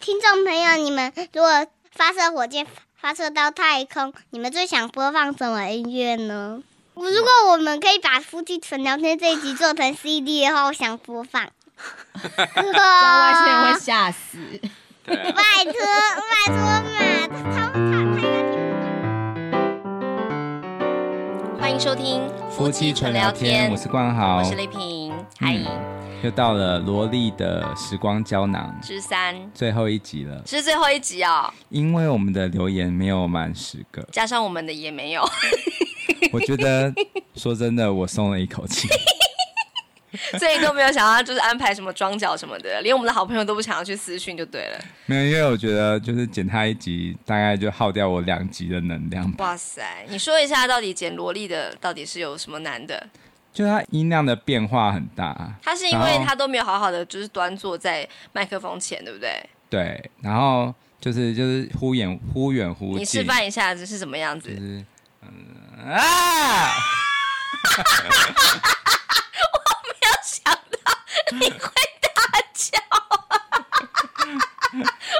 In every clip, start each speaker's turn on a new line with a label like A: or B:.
A: 听众朋友，你们如果发射火箭发射到太空，你们最想播放什么音乐呢？如果我们可以把夫妻纯聊天这一集做成 CD 的话，我想播放。拜托，
B: 在外星人会吓死。
C: 对啊，
A: 拜托嘛，他们他他应该听不懂。
D: 欢迎收听
C: 夫妻纯聊天，我是嗯冠豪，
D: 我是丽萍，嗨，
C: 又到了萝莉的时光胶囊
D: 之三，
C: 最后一集了，
D: 这是最后一集哦，
C: 因为我们的留言没有满十个，
D: 加上我们的也没 有，
C: 我觉得说真的，我松了一口气。
D: 所以都没有想要就是安排什么装脚什么的，连我们的好朋友都不想要去私讯就对了。
C: 没有，因为我觉得就是剪他一集，大概就耗掉我两集的能量吧。
D: 哇塞，你说一下到底捡萝莉的到底是有什么难的？
C: 就他音量的变化很大，
D: 他是因
C: 然
D: 为
C: 后
D: 他都没有好好的就是端坐在麦克风前，对不对？
C: 对，然后就是就是忽远忽远忽
D: 你
C: 近
D: 示，范一下这是什么样子
C: 就？是嗯啊，
D: 没有想到你会大叫，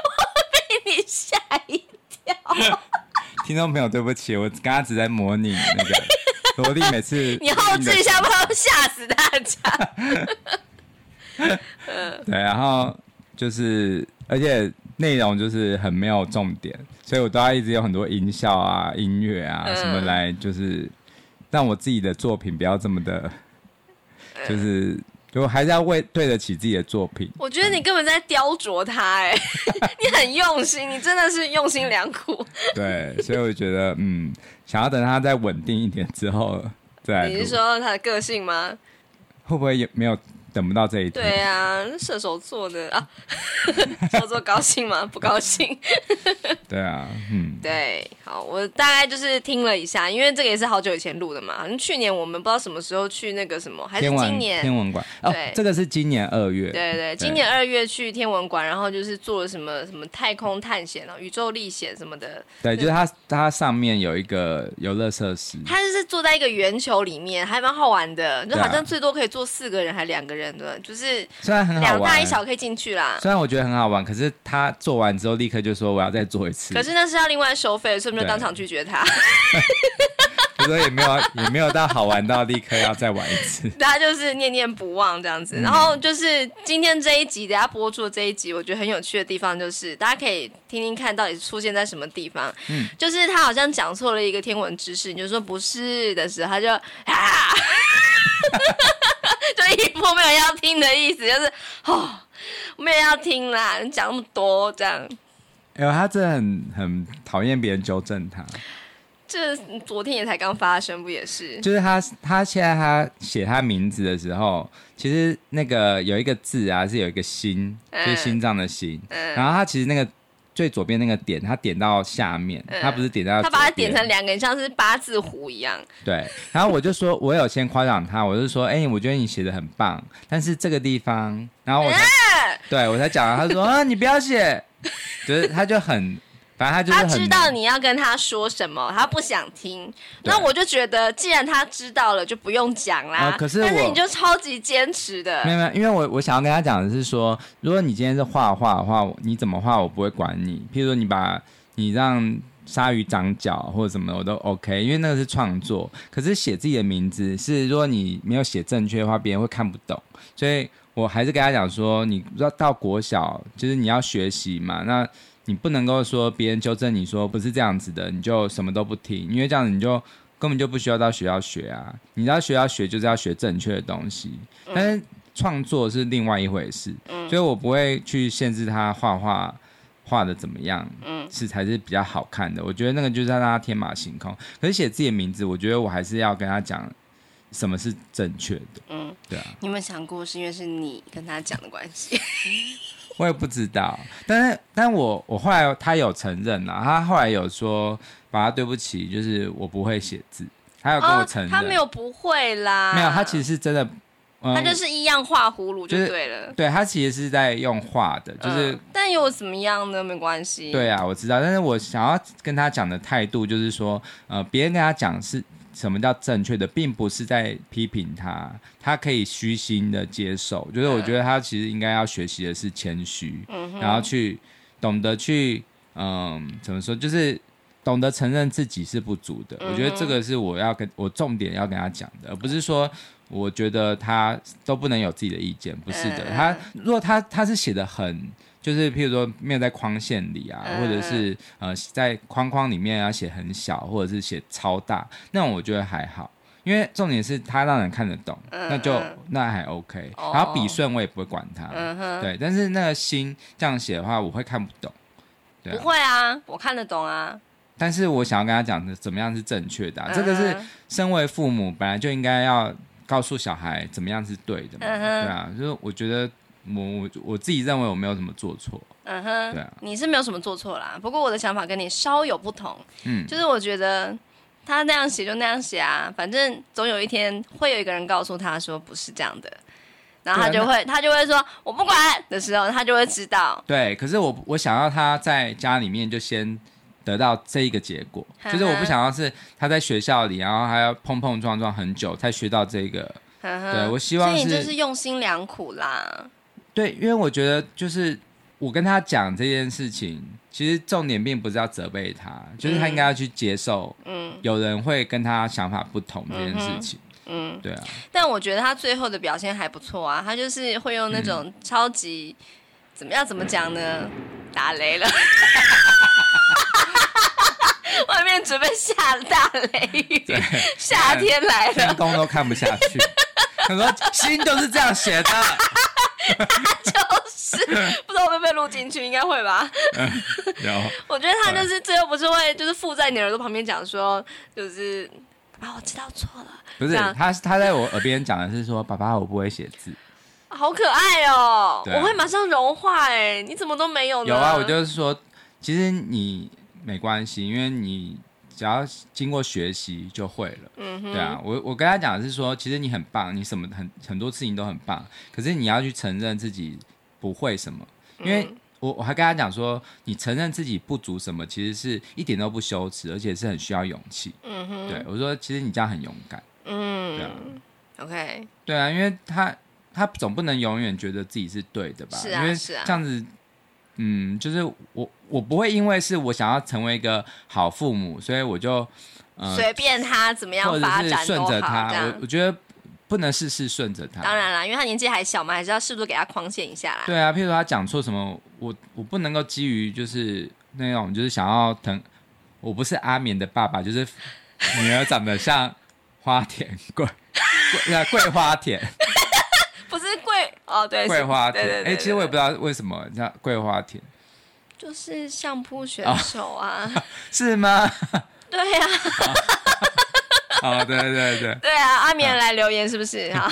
D: 我被你吓一 跳。
C: 听众朋友对不起，我刚刚只在模拟那个萝莉每次
D: 你后置一下，不然会吓死大家。
C: 对，然后就是，而且内容就是很没有重点，所以我都要一直有很多音效啊、音乐啊、
D: 嗯
C: 什么来，就是让我自己的作品不要这么的，
D: 嗯
C: 就是就还是要为对得起自己的作品。
D: 我觉得你根本在雕琢他、哎， 你很用心，你真的是用心良苦。
C: 对，所以我觉得，嗯，想要等它再稳定一点之后再来
D: 你
C: 录
D: 是说他的个性吗？
C: 会不会也没有等不到这一天？
D: 对啊，射手座的啊， 射手座高兴吗？不高兴。
C: 对啊，嗯，
D: 对，好，我大概就是听了一下，因为这个也是好久以前录的嘛。好像去年我们不知道什么时候去那个什么，还是
C: 天文
D: 今年？
C: 天文馆哦
D: 对，
C: 这个是今年二月，
D: 对对，今年二月去天文馆，然后就是做了什么什么太空探险啊、宇宙历险什么的。
C: 对，就是它它上面有一个游乐设施，
D: 他就是坐在一个圆球里面，还蛮好玩的，就
C: 对啊
D: 好像最多可以坐四个人还两个人的，就是
C: 虽然很好
D: 两大
C: 玩
D: 一，小可以进去啦。
C: 虽然我觉得很好玩，可是他做完之后立刻就说我要再做一次，
D: 可是那是要另外收费，所以我们就
C: 对
D: 当场拒绝他。
C: 我说也 没有啊也没有到好玩到立刻要再玩一次。
D: 他就是念念不忘这样子。然后就是今天这一集，等下播出的这一集，我觉得很有趣的地方就是，大家可以听听看到底出现在什么地方。嗯，就是他好像讲错了一个天文知识，你就说不是的时候，他就 啊，就一副没有要听的意思，就是哦，没有要听啦，你讲那么多这样。
C: 哎呦，他真的很很讨厌别人纠正他，
D: 这昨天也才刚发生，不也是？
C: 就是他他现在他写他名字的时候，其实那个有一个字啊是有一个心，就是心脏的心，
D: 嗯
C: 然后他其实那个最左边那个点，他点到下面，他不是点到
D: 嗯他把它
C: 左边
D: 点成两个人，像是八字胡一样。
C: 对，然后我就说，我有先夸奖他，我就说，哎、我觉得你写的很棒，但是这个地方，然后我才，
D: 哎
C: 对我才讲了，他说啊，你不要写，就是他就很，反正他就是
D: 他
C: 很，
D: 知道你要跟他说什么，他不想听。那我就觉得，既然他知道了，就不用讲啦。
C: 啊可是我
D: 但是你就超级坚持
C: 没
D: 的，
C: 有没有，因为我我想要跟他讲的是说，如果你今天是画画的话，我你怎么画我不会管你，譬如说你把你让。鲨鱼长脚或者什么的我都 OK，因为那个是创作。可是写自己的名字是，如果你没有写正确的话，别人会看不懂。所以我还是跟他讲说，你要到国小，就是你要学习嘛，那你不能够说别人纠正你说不是这样子的，你就什么都不听，因为这样子你就根本就不需要到学校学啊。你到学校学就是要学正确的东西，但是创作是另外一回事，
D: 嗯
C: 所以我不会去限制他画画。画的怎么样，嗯，是才是比较好看的。我觉得那个就是要让他天马行空。可是写自己的名字，我觉得我还是要跟他讲什么是正确的。嗯，对啊。
D: 你有没有想过是因为是你跟他讲的关系？
C: 我也不知道，但是但我我后来他有承认啦，他后来有说，爸爸对不起，就是我不会写字，他有跟我承认，
D: 啊哦他没有不会啦，
C: 没有，他其实是真的，嗯
D: 他就是一样画葫芦就
C: 就是
D: 对了，
C: 对他其实是在用画的，就是、
D: 嗯但又怎么样呢？没关系，
C: 对啊，我知道，但是我想要跟他讲的态度就是说，呃，别人跟他讲是什么叫正确的，并不是在批评他，他可以虚心的接受。就是我觉得他其实应该要学习的是谦虚，然后去懂得去，嗯，怎么说，就是懂得承认自己是不足的。我觉得这个是我要跟我重点要跟他讲的，而不是说我觉得他都不能有自己的意见，不是的。
D: 嗯
C: 他如果他他是写的很。就是譬如说没有在框线里啊，
D: 嗯
C: 或者是呃在框框里面要啊写很小，或者是写超大，那种我觉得还好，因为重点是他让人看得懂，
D: 嗯
C: 那就
D: 嗯
C: 那还 OK。
D: 哦
C: 然后笔顺我也不会管他，
D: 嗯哼，
C: 对，但是那个心这样写的话，我会看不懂。对、
D: 不
C: 啊，
D: 会啊，我看得懂啊。
C: 但是我想要跟他讲的，怎么样是正确的啊、这个是
D: 嗯
C: 身为父母本来就应该要告诉小孩怎么样是对的嘛，
D: 嗯哼
C: 对啊，就是我觉得我我我自己认为我没有什么做错，
D: 嗯哼，
C: 对啊
D: 你是没有什么做错啦。不过我的想法跟你稍有不同，
C: 嗯，
D: 就是我觉得他那样写就那样写啊，反正总有一天会有一个人告诉他说不是这样的，然后他
C: 对啊
D: 就会、他就会说我不管的时候，他就会知道。
C: 对。可是我我想要他在家里面就先。得到这一个结果，
D: 嗯哼
C: 就是我不想要是他在学校里，然后还要碰碰撞撞很久才学到这个
D: 嗯哼，
C: 对我希望
D: 所以你
C: 是
D: 就是用心良苦啦。
C: 对，因为我觉得就是我跟他讲这件事情，其实重点并不是要责备他，就是他应该要去接受
D: 嗯
C: 有人会跟他想法不同这件事情。
D: 嗯，
C: 对啊，
D: 但我觉得他最后的表现还不错啊，他就是会用那
C: 嗯
D: 种超级、怎么样怎么讲呢？打雷了。 外面准备下大雷雨，夏天来了
C: 天，宫都看不下 去。他说：“心就是这样写的，
D: 就是不知道会不会录进去，应该会吧。
C: 有
D: 我觉得他就是最后不是会就是附在你耳朵旁边讲说，就是啊我知道错了，
C: 不是
D: 这样
C: 他？他在我耳边讲的是说，爸爸，我不会写字。
D: 好可爱哦、
C: 对啊
D: 我会马上融化哎、你怎么都没有呢？
C: 有啊，我就是说，其实你没关系，因为你只要经过学习就会了。
D: 嗯哼
C: 对啊，我我跟他讲的是说，其实你很棒，你什么很很多事情都很棒，可是你要去承认自己不会什么，
D: 嗯
C: 因为我我还跟他讲说，你承认自己不足什么，其实是一点都不羞耻，而且是很需要勇气。
D: 嗯哼，
C: 对啊我说，其实你这样很勇敢。对啊，
D: 嗯，OK，
C: 对啊，因为他他总不能永远觉得自己是对的吧？
D: 是啊
C: 因为
D: 是啊
C: 这样子，嗯，就是我我不会因为是我想要成为一个好父母，所以我就嗯、
D: 随便他怎么样
C: 或者
D: 发
C: 是
D: 展都
C: 顺
D: 好，
C: 着
D: 这
C: 他，我
D: 样
C: 我觉得不能事事顺着他。
D: 当然啦，因为他年纪还小嘛，还是要适度给他框限一下啦。
C: 对啊，譬如说他讲错什么，我我不能够基于就是那种就是想要疼，我不是阿棉的爸爸，就是女儿长得像花田桂桂啊桂花田
D: 不是桂哦，对，是
C: 桂花田
D: 对对，
C: 哎、
D: 对
C: 其实我也不知道为什么叫桂花田
D: 就是相扑选
C: 哦
D: 手啊，
C: 是吗？
D: 对啊，
C: 哦，对对对
D: 对啊，阿
C: 嗯
D: 棉来留言是不 是？好，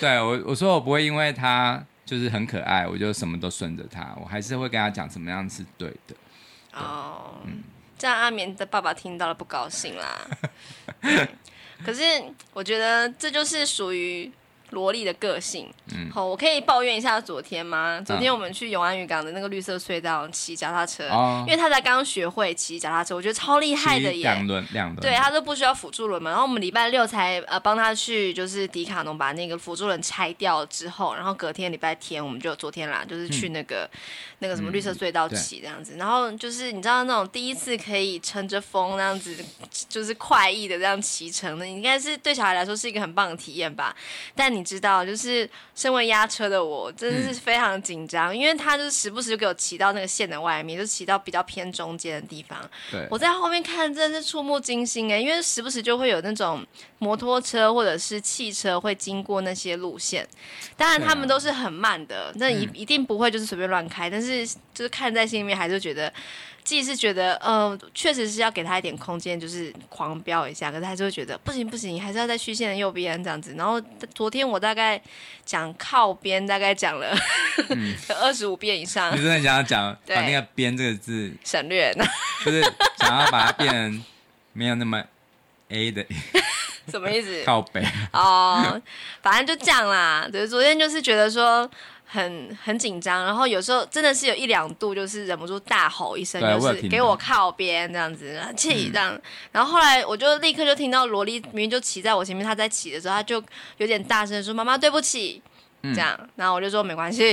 C: 对，我我说我不会因为他就是很可爱，我就什么都顺着他，我还是会跟他讲什么样是对嗯的。
D: 哦，这样阿棉的爸爸听到了不高兴 啦。对可是我觉得这就是属于萝莉的个性。
C: 嗯
D: 好，我可以抱怨一下昨天吗？昨天我们去永安渔港的那个绿色隧道骑脚踏车，
C: 哦
D: 因为他才刚学会骑脚踏车，我觉得超厉害的
C: 骑
D: 耶
C: 两。轮两轮，
D: 对，啊他都不需要辅助轮嘛。然后我们礼拜六才呃帮他去就是迪卡侬把那个辅助轮拆掉之后，然后隔天礼拜天我们就昨天啦，就是去那个、那个什么绿色隧道骑这样子。然后就是你知道那种第一次可以乘着风那样子，就是快意的这样骑乘的，应该是对小孩来说是一个很棒的体验吧。但你知道，就是身为压车的我，真的是非常紧张，因为他就是时不时就给我骑到那个线的外面，就骑到比较偏中间的地方。
C: 对
D: 我在后面看真的是触目惊心哎、因为时不时就会有那种摩托车或者是汽车会经过那些路线，当然
C: 对啊
D: 他们都是很慢的，那一、一定不会就是随便乱开，但是就是看在心里面还是觉得。既是觉得，呃，确实是要给他一点空间，就是狂飙一下，可是还是会觉得不行不行，还是要在虚线的右边这样子。然后昨天我大概讲靠边，大概讲了 二十五遍以上
C: 你，真的想要讲
D: 对
C: 把那个“边”这个字
D: 省略。那
C: 不是想要把它变成没有那么 A 的
D: 什么意思？
C: 靠北，
D: 哦，反正就这样啦。对，昨天就是觉得说很很紧张，然后有时候真的是有一两度就是忍不住大吼一声，
C: 对
D: 就
C: 我有
D: 是
C: 听
D: 给
C: 到嗯
D: 我靠边这样子，然后气这样。然后后来我就立刻就听到萝莉明明就骑在我前面，她在骑的时候，她就有点大声地说：“妈
C: 嗯
D: 妈，对不起。”这样，然后我就说没关系，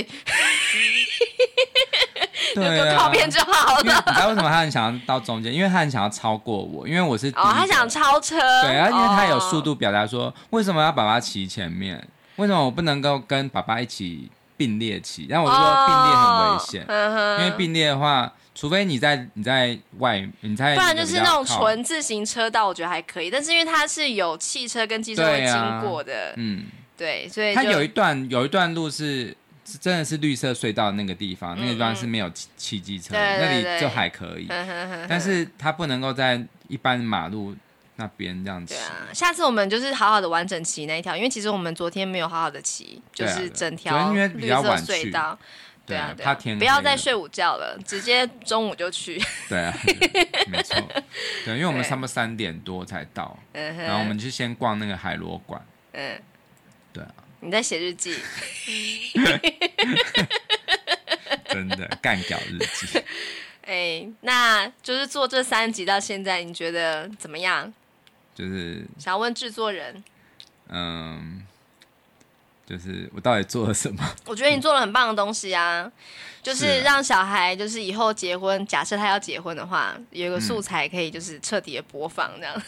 D: 有
C: 对
D: 个
C: 啊
D: 靠边就好
C: 因为
D: 了。
C: 你知道为什么他很想要到中间？因为他很想要超过我，因为我是第一
D: 哦，他
C: 个
D: 想超车，
C: 对，而且他有速
D: 哦。
C: 度表达说，为什么要爸爸骑前面？为什么我不能够跟爸爸一起并列骑？然后我就说并列很危险，
D: 哦哦嗯
C: 因
D: 哼
C: 为并列的话，除非你在你在外，你在
D: 不然就是那种
C: 比较靠
D: 纯自行车道，我觉得还可以。但是因为它是有汽车跟机车会
C: 对啊
D: 经过的，
C: 嗯，
D: 对，所以
C: 它
D: 就
C: 有一段有一段路是。是真的是绿色隧道那个地方，那个地方是没有骑骑机车，
D: 嗯对对
C: 那
D: 对嗯
C: 里就还可以，
D: 哼哼哼哼
C: 但是它不能够在一般马路那边这样骑
D: 对。啊，下次我们就是好好的完整骑那一条，因为其实我们昨天没有好好的骑，就
C: 对啊
D: 是整
C: 对
D: 条
C: 啊因为
D: 绿
C: 比较
D: 色
C: 晚
D: 隧
C: 去
D: 道。对
C: 对
D: 啊
C: 啊，
D: 对
C: 怕
D: 啊
C: 天，
D: 不要
C: 黑
D: 再
C: 了
D: 睡午觉了，直接中午就去。
C: 对啊， 没错，对，因为我们
D: 对
C: 差不多三点多才到，
D: 嗯哼
C: 然后我们就先逛那个海螺 馆，
D: 嗯，
C: 对啊，
D: 你在写日记，
C: 真的干屌日 记。
D: 哎，那就是做这三集到现在，你觉得怎么样？
C: 就是
D: 想要问制作人，
C: 嗯，就是我到底做了什么？
D: 我觉得你做了很棒的东西啊，就是是
C: 嗯啊
D: 让小孩就是以后结婚，假设他要结婚的话，有一个素材可以就是彻底的播放这样。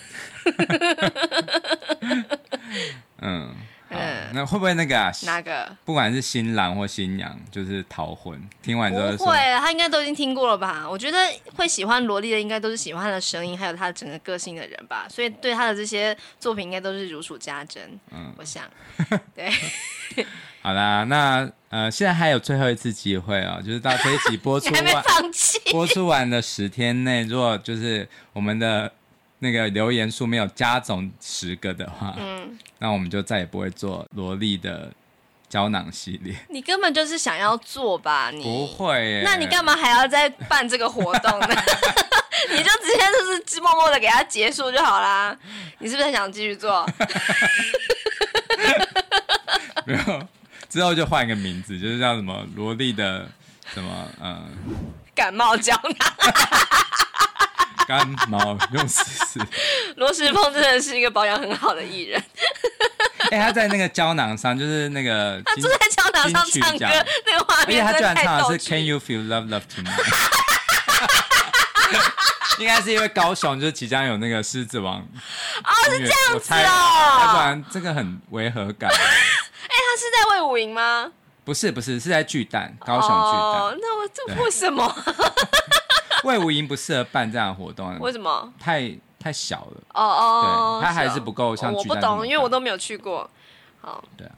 C: 嗯，好
D: 嗯，
C: 那会不会那个啊？
D: 那个？
C: 不管是新郎或新娘，就是逃婚，听完之后就
D: 不
C: 说
D: 会，他应该都已经听过了吧？我觉得会喜欢萝莉的，应该都是喜欢他的声音，还有他整个个性的人吧。所以对他的这些作品，应该都是如数家珍。
C: 嗯
D: 我想，
C: 好啦，那呃，现在还有最后一次机会哦，就是到这一集播 出
D: 你还没
C: 完
D: 放弃。
C: 播出完的十天内，如果就是我们的那个留言数没有加总十个的话，
D: 嗯，
C: 那我们就再也不会做萝莉的胶囊系列。
D: 你根本就是想要做吧？你
C: 不会耶，
D: 那你干嘛还要再办这个活动 呢？ 你就直接就是默默的给他结束就好啦。你是不是还想继续 做？
C: 没有？之后就换一个名字，就是叫什么萝莉的什么 呃
D: 感冒胶囊，
C: 干毛用死死。
D: 罗时峰真的是一个保养很好的艺人。
C: 哎、他在那个胶囊上，就是那个他
D: 坐在教堂上唱歌
C: 金曲奖，
D: 那个画
C: 而且
D: 面
C: 他
D: 真的
C: 居然
D: 太
C: 唱
D: 逗
C: 的是 Can You Feel Love Love Tonight。应该是因为高雄就是即将有那个狮子王哦，是这样子
D: 哦
C: 要不然这个很违和感。
D: 他是在魏武营吗？
C: 不是不是，是在巨蛋，高雄
D: 哦，
C: 巨
D: 那我这
C: 对
D: 为什 么？
C: 蛋。魏无营不适合办这样的活动，啊
D: 为什么？
C: 太太小 了。
D: 哦哦，
C: 对它还
D: 哦
C: 是不够像
D: 我
C: 巨
D: 不
C: 蛋这么
D: 懂，因为
C: 大
D: 我都没有去过。好，
C: 对啊，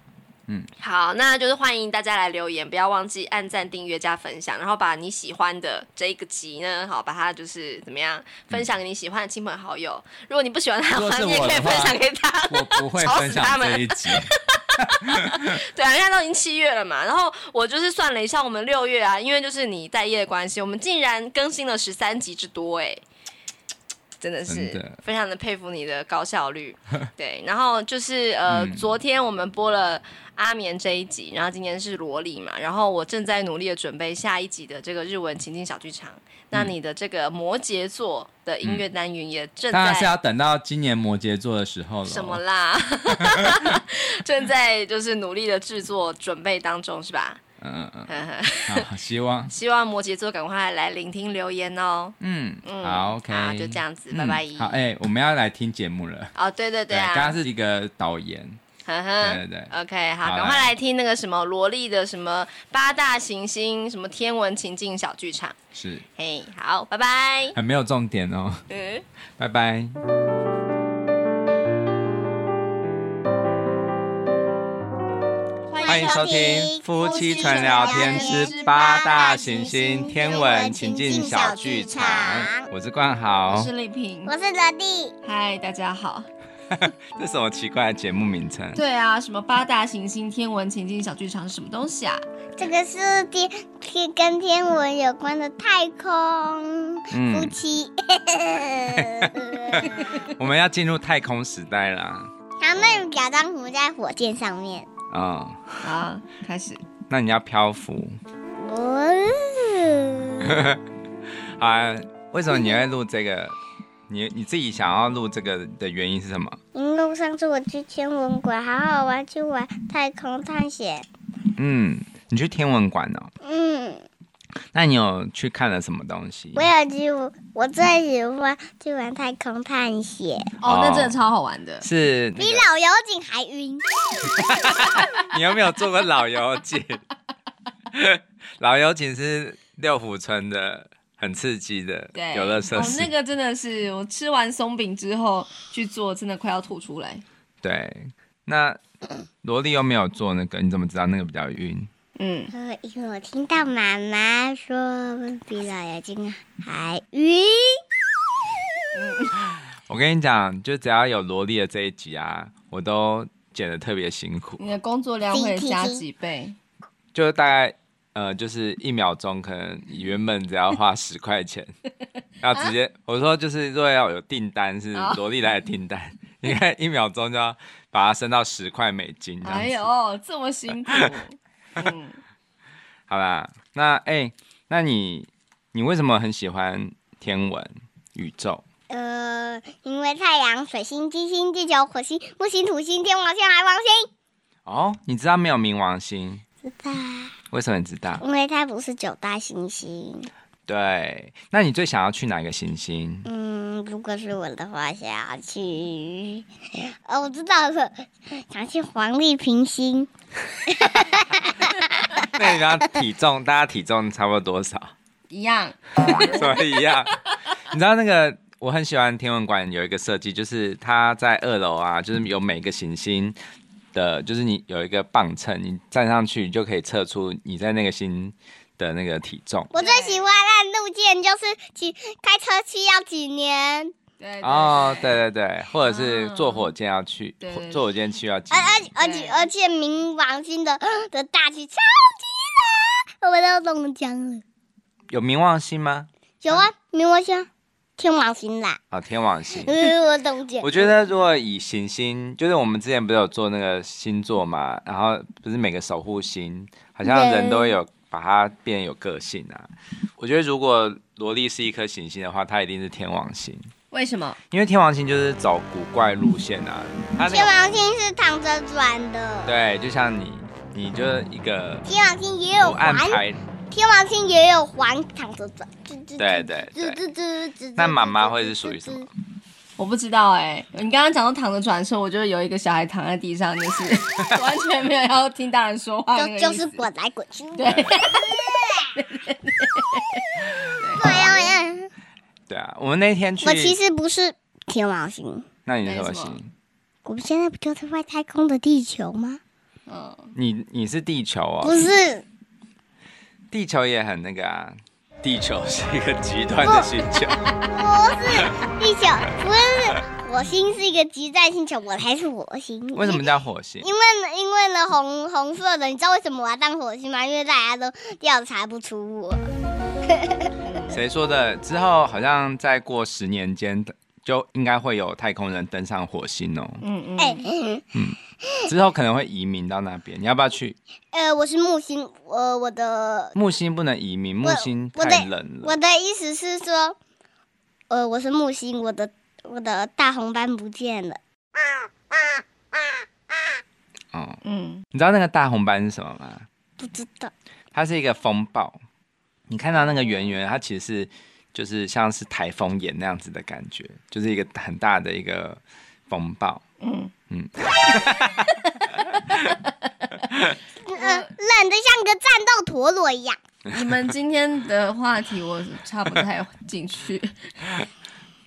C: 嗯，
D: 好，那就是欢迎大家来留言，不要忘记按赞、订阅、加分享，然后把你喜欢的这一个集呢，好，把它就是怎么样分享给你喜欢的亲朋好友。如果你不喜欢他的
C: 如果
D: 话，
C: 是
D: 你也
C: 我
D: 可以
C: 的话
D: 分享给他。
C: 我不会
D: 吵死
C: 分享
D: 他们
C: 这一集。
D: 对啊，因为现在都已经七月了嘛，然后我就是算了一下，我们六月啊，因为就是你待业的关系，我们竟然更新了十三集之多哎、真的是
C: 真的
D: 非常的佩服你的高效 率。对，然后就是呃，
C: 嗯
D: 昨天我们播了阿棉这一集，然后今天是萝莉嘛，然后我正在努力的准备下一集的这个日文情境小剧场。那
C: 嗯
D: 你的这个摩羯座的音乐单元也正
C: 当
D: 在
C: 然是要等到今年摩羯座的时候了。
D: 什么？啦？ 正在就是努力的制作准备当中，是吧？
C: 嗯嗯嗯，好，希望。
D: 希望摩羯座赶快来聆听留言哦。
C: 嗯
D: 嗯
C: 好，OK，
D: 好就这样子
C: 嗯
D: 拜拜
C: 好，哎，我们要来听节目了。
D: 哦，对对
C: 对，
D: 啊，嗯
C: 刚刚是一个导演，
D: 呵
C: 对
D: 呵
C: 对对，
D: OK，好，
C: 好
D: 赶快
C: 来
D: 来听那个什么萝莉的什么八大行星什么天文情境小剧场。
C: 是
D: 嘿，好，拜拜。
C: 很没有重点哦，
D: 嗯。
C: 拜拜。
A: 欢
C: 欢迎收听《夫妻纯聊天之八大行星天文情境小剧场》，我是冠豪。
D: 丽萍
A: 我是乐蒂，
D: 嗨，大家好。
C: 这什么奇怪的节目名称？
D: 对啊，什么八大行星天文情境小剧场是什么东西啊？
A: 这个是天天跟天文有关的太空夫
C: 嗯，
A: 妻。
C: 我们要进入太空时代啦。
A: 好，那你们假装我们在火箭上面。
C: 嗯，
D: 好，啊开始。
C: 那你要漂浮
A: 嗯哦，
C: 啊？为什么你会录这个？你你自己想要录这个的原因是什么？
A: 因为嗯上次我去天文馆，好好玩，去玩太空探险。
C: 嗯，你去天文馆哦。
A: 嗯，
C: 那你有去看了什么东西？
A: 我有去，我最喜欢去玩太空探险，
C: 哦
B: 哦，那真的超好玩的。
C: 是那
A: 比
C: 个
A: 老妖精还晕。
C: 你有没有做过老油井？ 老油井是六福村的，很刺激的
B: 对，
C: 游乐设
D: 哦，
C: 施。
D: 那个真的是我吃完松饼之后去做，真的快要吐出来。
C: 对，那萝莉又没有做那个，你怎么知道那个比较晕？
D: 嗯，
A: 呃，因为我听到妈妈说比老妖精还晕。
C: 我跟你讲，就只要有萝莉的这一集啊，我都剪得特别辛苦，
B: 你的工作量会加几倍？
C: 就是大概呃，就是一秒钟可能原本只要花十 块钱，要直接、我说就是若要有订单是
B: 哦
C: 萝莉来的 订单，应该一秒钟就要把它升到十块美金这样子。
B: 哎呦，这么辛 苦。嗯，
C: 好啦，那哎、那你你为什么很喜欢天文宇宙？
A: 呃，因为太阳、水星、金星、地球、火星、木星、土星、天王星、海王星，
C: 哦，你知道没有冥王星？
A: 知道？
C: 为什么你知道？
A: 因为它不是九大行星。
C: 对，那你最想要去哪个行星？
A: 嗯，如果是我的话，想要去，哦，我知道了，想去黄历平星。
C: 那你要体重，大家体重差不多多少？
B: 一样。
C: 所以一样。你知道那个我很喜欢天文馆有一个设计，就是它在二楼啊，就是有每个行星的，就是你有一个磅秤，你站上去你就可以测出你在那个星的那个体重。
A: 我最喜欢按路线，就是几开车去要几年，
B: 对对
C: 哦，对对对，或者是坐火箭要去，
B: 对
C: 火坐火箭去要几
A: 而
C: 年？
A: 而而且
B: 对
A: 而且冥王星的的大气超级大，我们都中奖了。
C: 有冥王星吗？
A: 有啊，
C: 嗯
A: 冥王星啊、天王星 啦，
C: 哦，天王星。
A: 嗯，我中 奖。
C: 我觉得如果以行星，就是我们之前不是有做那个星座嘛，然后不是每个守护星，好像
A: 对
C: 人都会有把它变有个性啊。我觉得如果萝莉是一颗行星的话，它一定是天王星，
B: 为什么？
C: 因为天王星就是走古怪路线啊。它那
A: 天
C: 个
A: 王星是躺着转的，
C: 对，就像你，你就是一个
A: 天王星也有
C: 不按
A: 环，
C: 牌。
A: 天王星也有环躺着转。吱吱
C: 对对
A: 吱吱吱吱。
C: 那
A: 吱
C: 妈妈
A: 吱
C: 会
A: 吱
C: 是属
A: 吱
C: 于什么
A: 吱
B: 我不知道哎、你刚刚讲到躺着转的时候，我就有一个小孩躺在地上，就是 完全没有要听大人说话的意
A: 就就
B: 思，
A: 是滚来滚去。
B: 对，
A: 对呀，
C: 对啊，我们那天去
A: 我，其实不是天王星，
C: 那你是什
B: 那
C: 么
B: 是什么
C: 星？
A: 我们现在不就是外太空的地球吗？
B: 嗯，
C: 你你是地球哦，
A: 不是，
C: 地球也很那个啊。地球是一个极端的星 球。
A: 地球不是火星是一个极战星球，我才是火星。
C: 为什么叫火星？
A: 因为呢，因为呢，红红色的，你知道为什么我要当火星吗？因为大家都调查不出我。
C: 谁说的？之后好像再过十年间，就应该会有太空人登上火星哦。
B: 嗯
A: 哎、
C: 之后可能会移民到那边，你要不要去？
A: 呃，我是木星，呃，我的
C: 木星不能移民，木星
A: 我的
C: 太冷
A: 我
C: 了。
A: 的意思是说，呃，我是木星，我的我的大红斑不见了，
C: 哦，
B: 嗯，
C: 你知道那个大红斑是什么吗？
A: 不知道。
C: 它是一个风暴。你看到那个圆圆，它其实是就是像是台风眼那样子的感觉，就是一个很大的一个风暴。
A: 嗯、冷的像个战斗陀螺一样。
B: 你们今天的话题我插不太进去，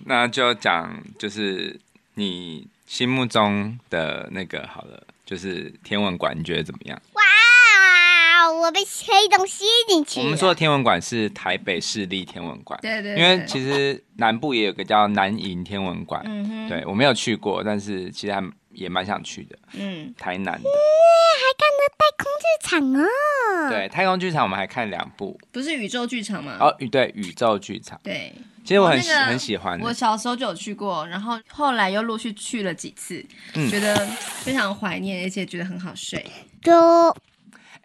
C: 那就讲就是你心目中的那个好了，就是天文馆，你觉得怎么样？
A: 哇，啊我被黑洞吸进去
C: 我
A: 了。
C: 们说的天文馆是台北市立天文馆，
B: 对对
C: 因
B: 对，
C: 为其实南部也有个叫南营天文馆，
B: 嗯哼，
C: 对我没有去过，但是其实还也蛮想去的，
B: 嗯，
C: 台南的。
A: 太空剧场哦，
C: 对，太空剧场我们还看两部，
B: 不是宇宙剧场吗？
C: 哦，宇对宇宙剧场，
B: 对，
C: 其实我很、
B: 哦那个
C: 很喜欢的
B: 我小时候就有去过，然后后来又陆续去了几次，
C: 嗯
B: 觉得非常怀念，而且觉得很好睡。
A: 就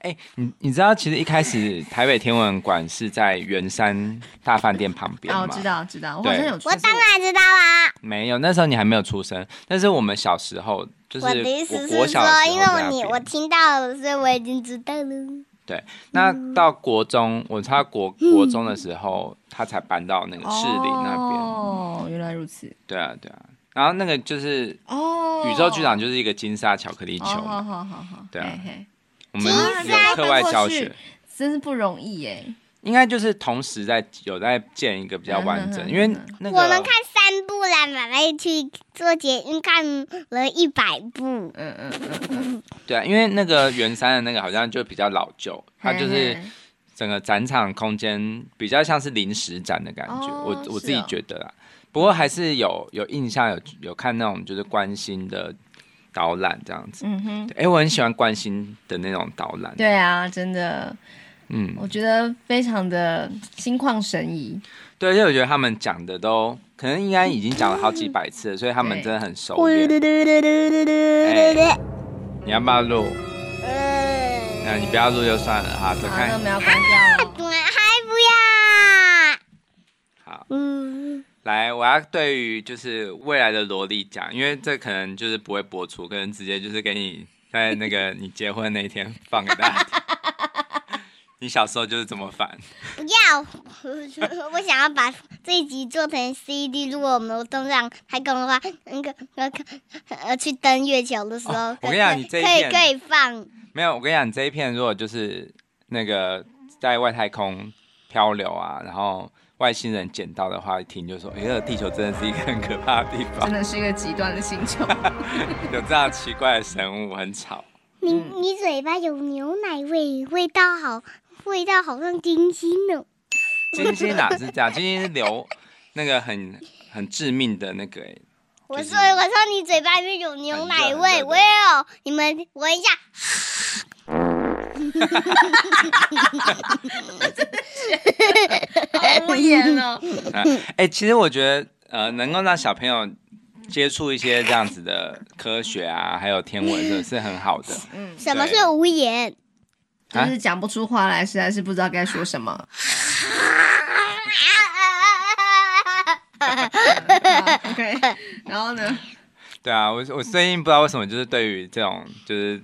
C: 哎、你你知道其实一开始台北天文馆是在圆山大饭店旁边吗？
B: 哦，知道知道，我好
C: 对
B: 像有去过。
A: 我当然知道啦。
C: 没有，那时候你还没有出生，但是我们小时候就是
A: 我的意思是说
C: 国小的时，候
A: 因为
C: 在
A: 我
C: 那
A: 你
C: 边
A: 我听到了，所以我已经知道了。
C: 对，那
B: 嗯
C: 到国中，我差国国中的时候，他才搬到那个士林那边。
B: 哦，原来如此。
C: 对啊，对啊。然后那个就是
B: 哦，
C: 宇宙剧场，就是一个金沙巧克力球
B: 哦，好
C: 嘛，
B: 好好好，
C: 对啊
B: 嘿嘿
C: 我们
B: 金
C: 有
B: 沙
C: 课外
B: 搬过
C: 教
B: 去
C: 学，
B: 真是不容易耶。
C: 应该就是同时在有在建一个比较完整，
B: 嗯嗯嗯
C: 因为
B: 嗯
C: 那个
A: 我们看三部啦，妈妈去做捷运看了一百部，
C: 哎
B: 嗯嗯嗯嗯，
C: 对啊，因为那个圆山的那个好像就比较老旧，它啊就是
B: 嘿嘿
C: 整个展场空间比较像是临时展的感觉，
B: 哦
C: 我我
B: 是
C: 自己
B: 哦
C: 觉得啦。不过还是有有印象，有有看那种就是关心的导览这样子。
B: 嗯哼，
C: 哎、我很喜欢关心的那种导览。，
B: 对啊，真的，
C: 嗯，
B: 我觉得非常的心旷神怡。
C: 对，而且我觉得他们讲的都可能应该已经讲了好几百次了，所以他们
B: 对
C: 真的很熟练。
A: 呃，
C: 你要不要录？那你不要录就算了哈，走
B: 好，那
C: 开
B: 我。们要关掉了。
A: 我还不要，
C: 好，
A: 嗯，
C: 来，我要对于就是未来的萝莉讲，因为这可能就是不会播出，可能直接就是给你在那个你结婚那一天放给大家听。 你小时候就是这么烦，
A: 不要， 我想要把这一集做成 CD。如果我们登上太空的话，那个那个呃，去登月球的时候，
C: 哦我
A: 可
C: 跟你讲
A: 可以
C: 你这一
A: 可以
C: 片嗯
A: 可以放。
C: 没有，我跟你讲，你这一片如果就是那个在外太空漂流啊，然后外星人捡到的话，一听就说，哎、呀，地球真的是一个很可怕的地
B: 真
C: 方，
B: 的是一个极端的星 球，
C: 有这样奇怪的生物，很吵。
A: 你你嘴巴有牛奶味，味道好，味道好像金星哦。
C: 金星哪是这样？金星是流那个很很致命的那个、欸，
A: 我
C: 就是
A: 说我说你嘴巴里面有牛奶
C: 很热很热
A: 味，
C: 的
A: 我也有。你们闻一下，
B: 好敷衍哦。
C: 哎、欸其实我觉得，呃，能够让小朋友接触一些这样子的科学啊，还有天文，这是很好的。
B: 嗯，
A: 什么
C: 对
A: 是无 言？
B: 就
C: 啊
B: 是讲不出话来，实在是不知道该说什么。啊 OK，然后呢？
C: 对啊，我
B: 嗯
C: 我最近不知道为什么，就是对于这种就是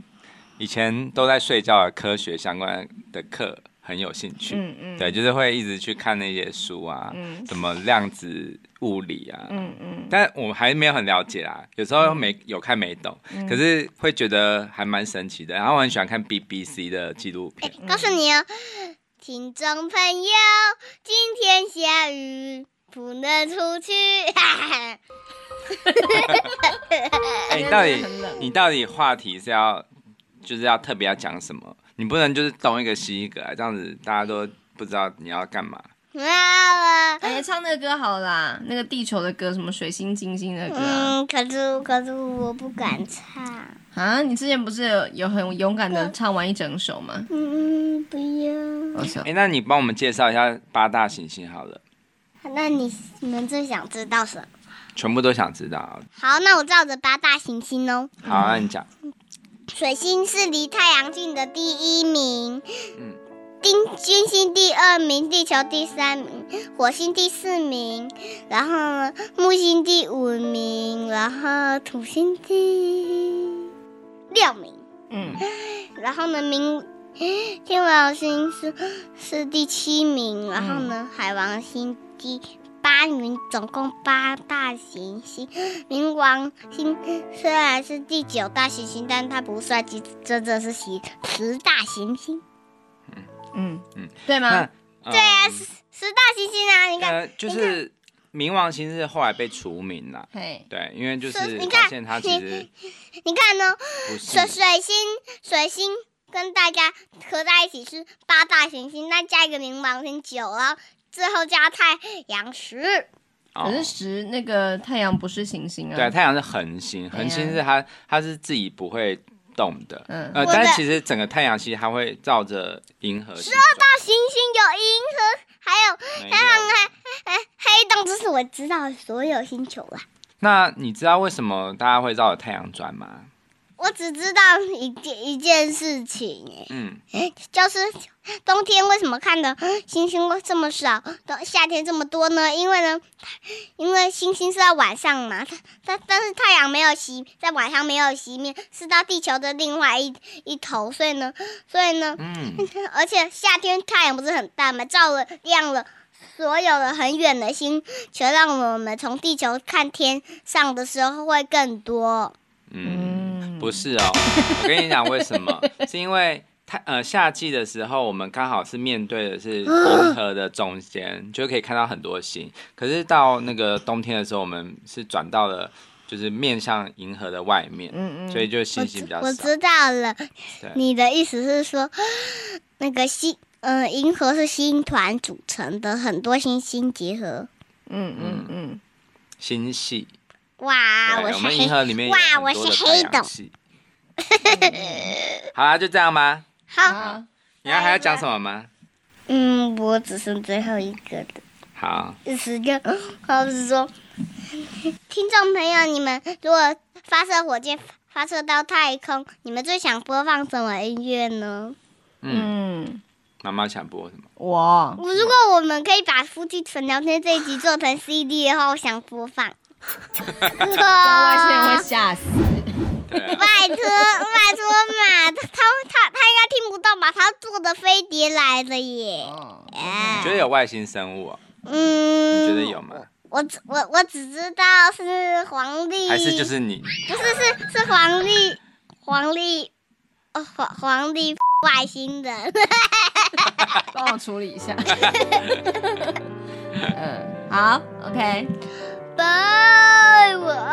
C: 以前都在睡觉的科学相关的课很有兴趣。
B: 嗯嗯，
C: 对，就是会一直去看那些书啊，
B: 嗯
C: 什么量子物理啊，
B: 嗯嗯，
C: 但我还没有很了解啦，有时候没有看没懂，
B: 嗯
C: 可是会觉得还蛮神奇的。然后我很喜欢看 BBC 的纪录片，
A: 告诉你哦，听众朋友，今天下雨，不能出去。
C: 哎、你到
B: 因为真
C: 底
B: 的很冷
C: 你到底话题是要就是要特别要讲什么？你不能就是东一个西一个啊，这样子大家都不知道你要干嘛。
A: 啊
B: 哎，唱那个歌好啦，那个地球的歌，什么水星、金星的歌啊
A: 嗯，可是可是我不敢唱。
B: 啊？你之前不是有有很勇敢的唱完一整首吗？
A: 嗯，不要。
B: 我操
C: 哎、，那你帮我们介绍一下八大行星好了，
A: 那你你们最想知道什么？
C: 全部都想知道。
A: 好，那我照着八大行星哦。
C: 好，那你讲，
A: 水星是离太阳近的第一名，
C: 嗯
A: 丁金星第二名，地球第三名，火星第四名，然后呢，木星第五名，然后土星第六名，
B: 嗯，
A: 然后呢，明天王星是是第七名，然后呢，海王星第八名，总共八大行星。冥王星虽然是第九大行星，但它不算其真正是十十大行星。
B: 嗯
C: 嗯
B: 嗯，对吗？
C: 那对啊，
A: 十大行星啊，你看，
C: 呃，就是冥王星是后来被除名啦。
B: 嘿，
C: 对，因为就是是
A: 你
C: 发
A: 看
C: 现它其实
A: 你看呢、
C: 不
A: 水
C: 是，
A: 水星，水星跟大家合在一起是八大行星，那加一个冥王星九，然后最后加太阳十。
C: 哦
B: 可是十那个太阳不是行星啊。
C: 对，太阳是恒
B: 对
C: 星，
B: 啊
C: 恒星是它它是自己不会动的，
B: 嗯
C: 呃，
A: 我
C: 但
A: 的
C: 其实整个太阳系它会照着银河系
A: 那行星有银河，还有
C: 转。没
A: 啊
C: 有
A: 黑洞，这是我知道的所有星球啦。啊
C: 那你知道为什么大家会绕着太阳转吗？
A: 我只知道一件一件事情，哎
C: 嗯，
A: 就是冬天为什么看的星星会这么少，冬夏天这么多呢？因为呢，因为星星是在晚上嘛，它它但是太阳没有熄，在晚上没有熄灭，是到地球的另外一一头，所以呢，所以呢，
C: 嗯，
A: 而且夏天太阳不是很大嘛，照了亮了所有的很远的星球，让我们从地球看天上的时候会更多。
C: 嗯，不是哦，我跟你讲为 什么？是因为太呃夏季的时候，我们刚好是面对的是银河的中间，就可以看到很多星。可是到那个冬天的时候，我们是转到了就是面向银河的外面，
B: 嗯
C: 所以就星
A: 我
C: 星
A: 知
C: 比较
A: 我
C: 少。
A: 知道了
C: 对，
A: 你的意思是说，那个星，呃，银河是星团组成的，很多星星结合。
B: 嗯嗯嗯，
C: 星系，
A: 哇，
C: 对，
A: 是
C: 我们银
A: 黑，
C: 河里面有
A: 哇
C: 很
A: 我
C: 多的
A: 是
C: 太
A: 黑
C: 阳
A: 洞
C: 系。好啦，就这样吗？
A: 好，
B: 啊，
C: 你要还要讲什么吗？
A: 嗯，我只剩最后一个了。
C: 好，
A: 时间，或者是说，听众朋友，你们如果发射火箭发射到太空，你们最想播放什么音乐呢？
C: 嗯，
B: 嗯，
C: 妈妈想播什么？
B: 我
A: 如果我们可以把夫妻纯聊天这一集做成 CD 的话，我想播放。拜托，
B: 外星人
A: 拜
B: 会吓死。
C: 对啊，
A: 托嘛，他他他应该听不到吧？他坐的飞碟来了耶！哎
B: 哦
C: 你觉得有外星生物、哦？你
A: 嗯，
C: 觉得有吗？
A: 我只我我只知道是黄历，
C: 还是就是你？
A: 不是是是黄历黄历哦黄黄历外星人。
B: 帮我处理一下。嗯，好，OK，
A: 拜我哎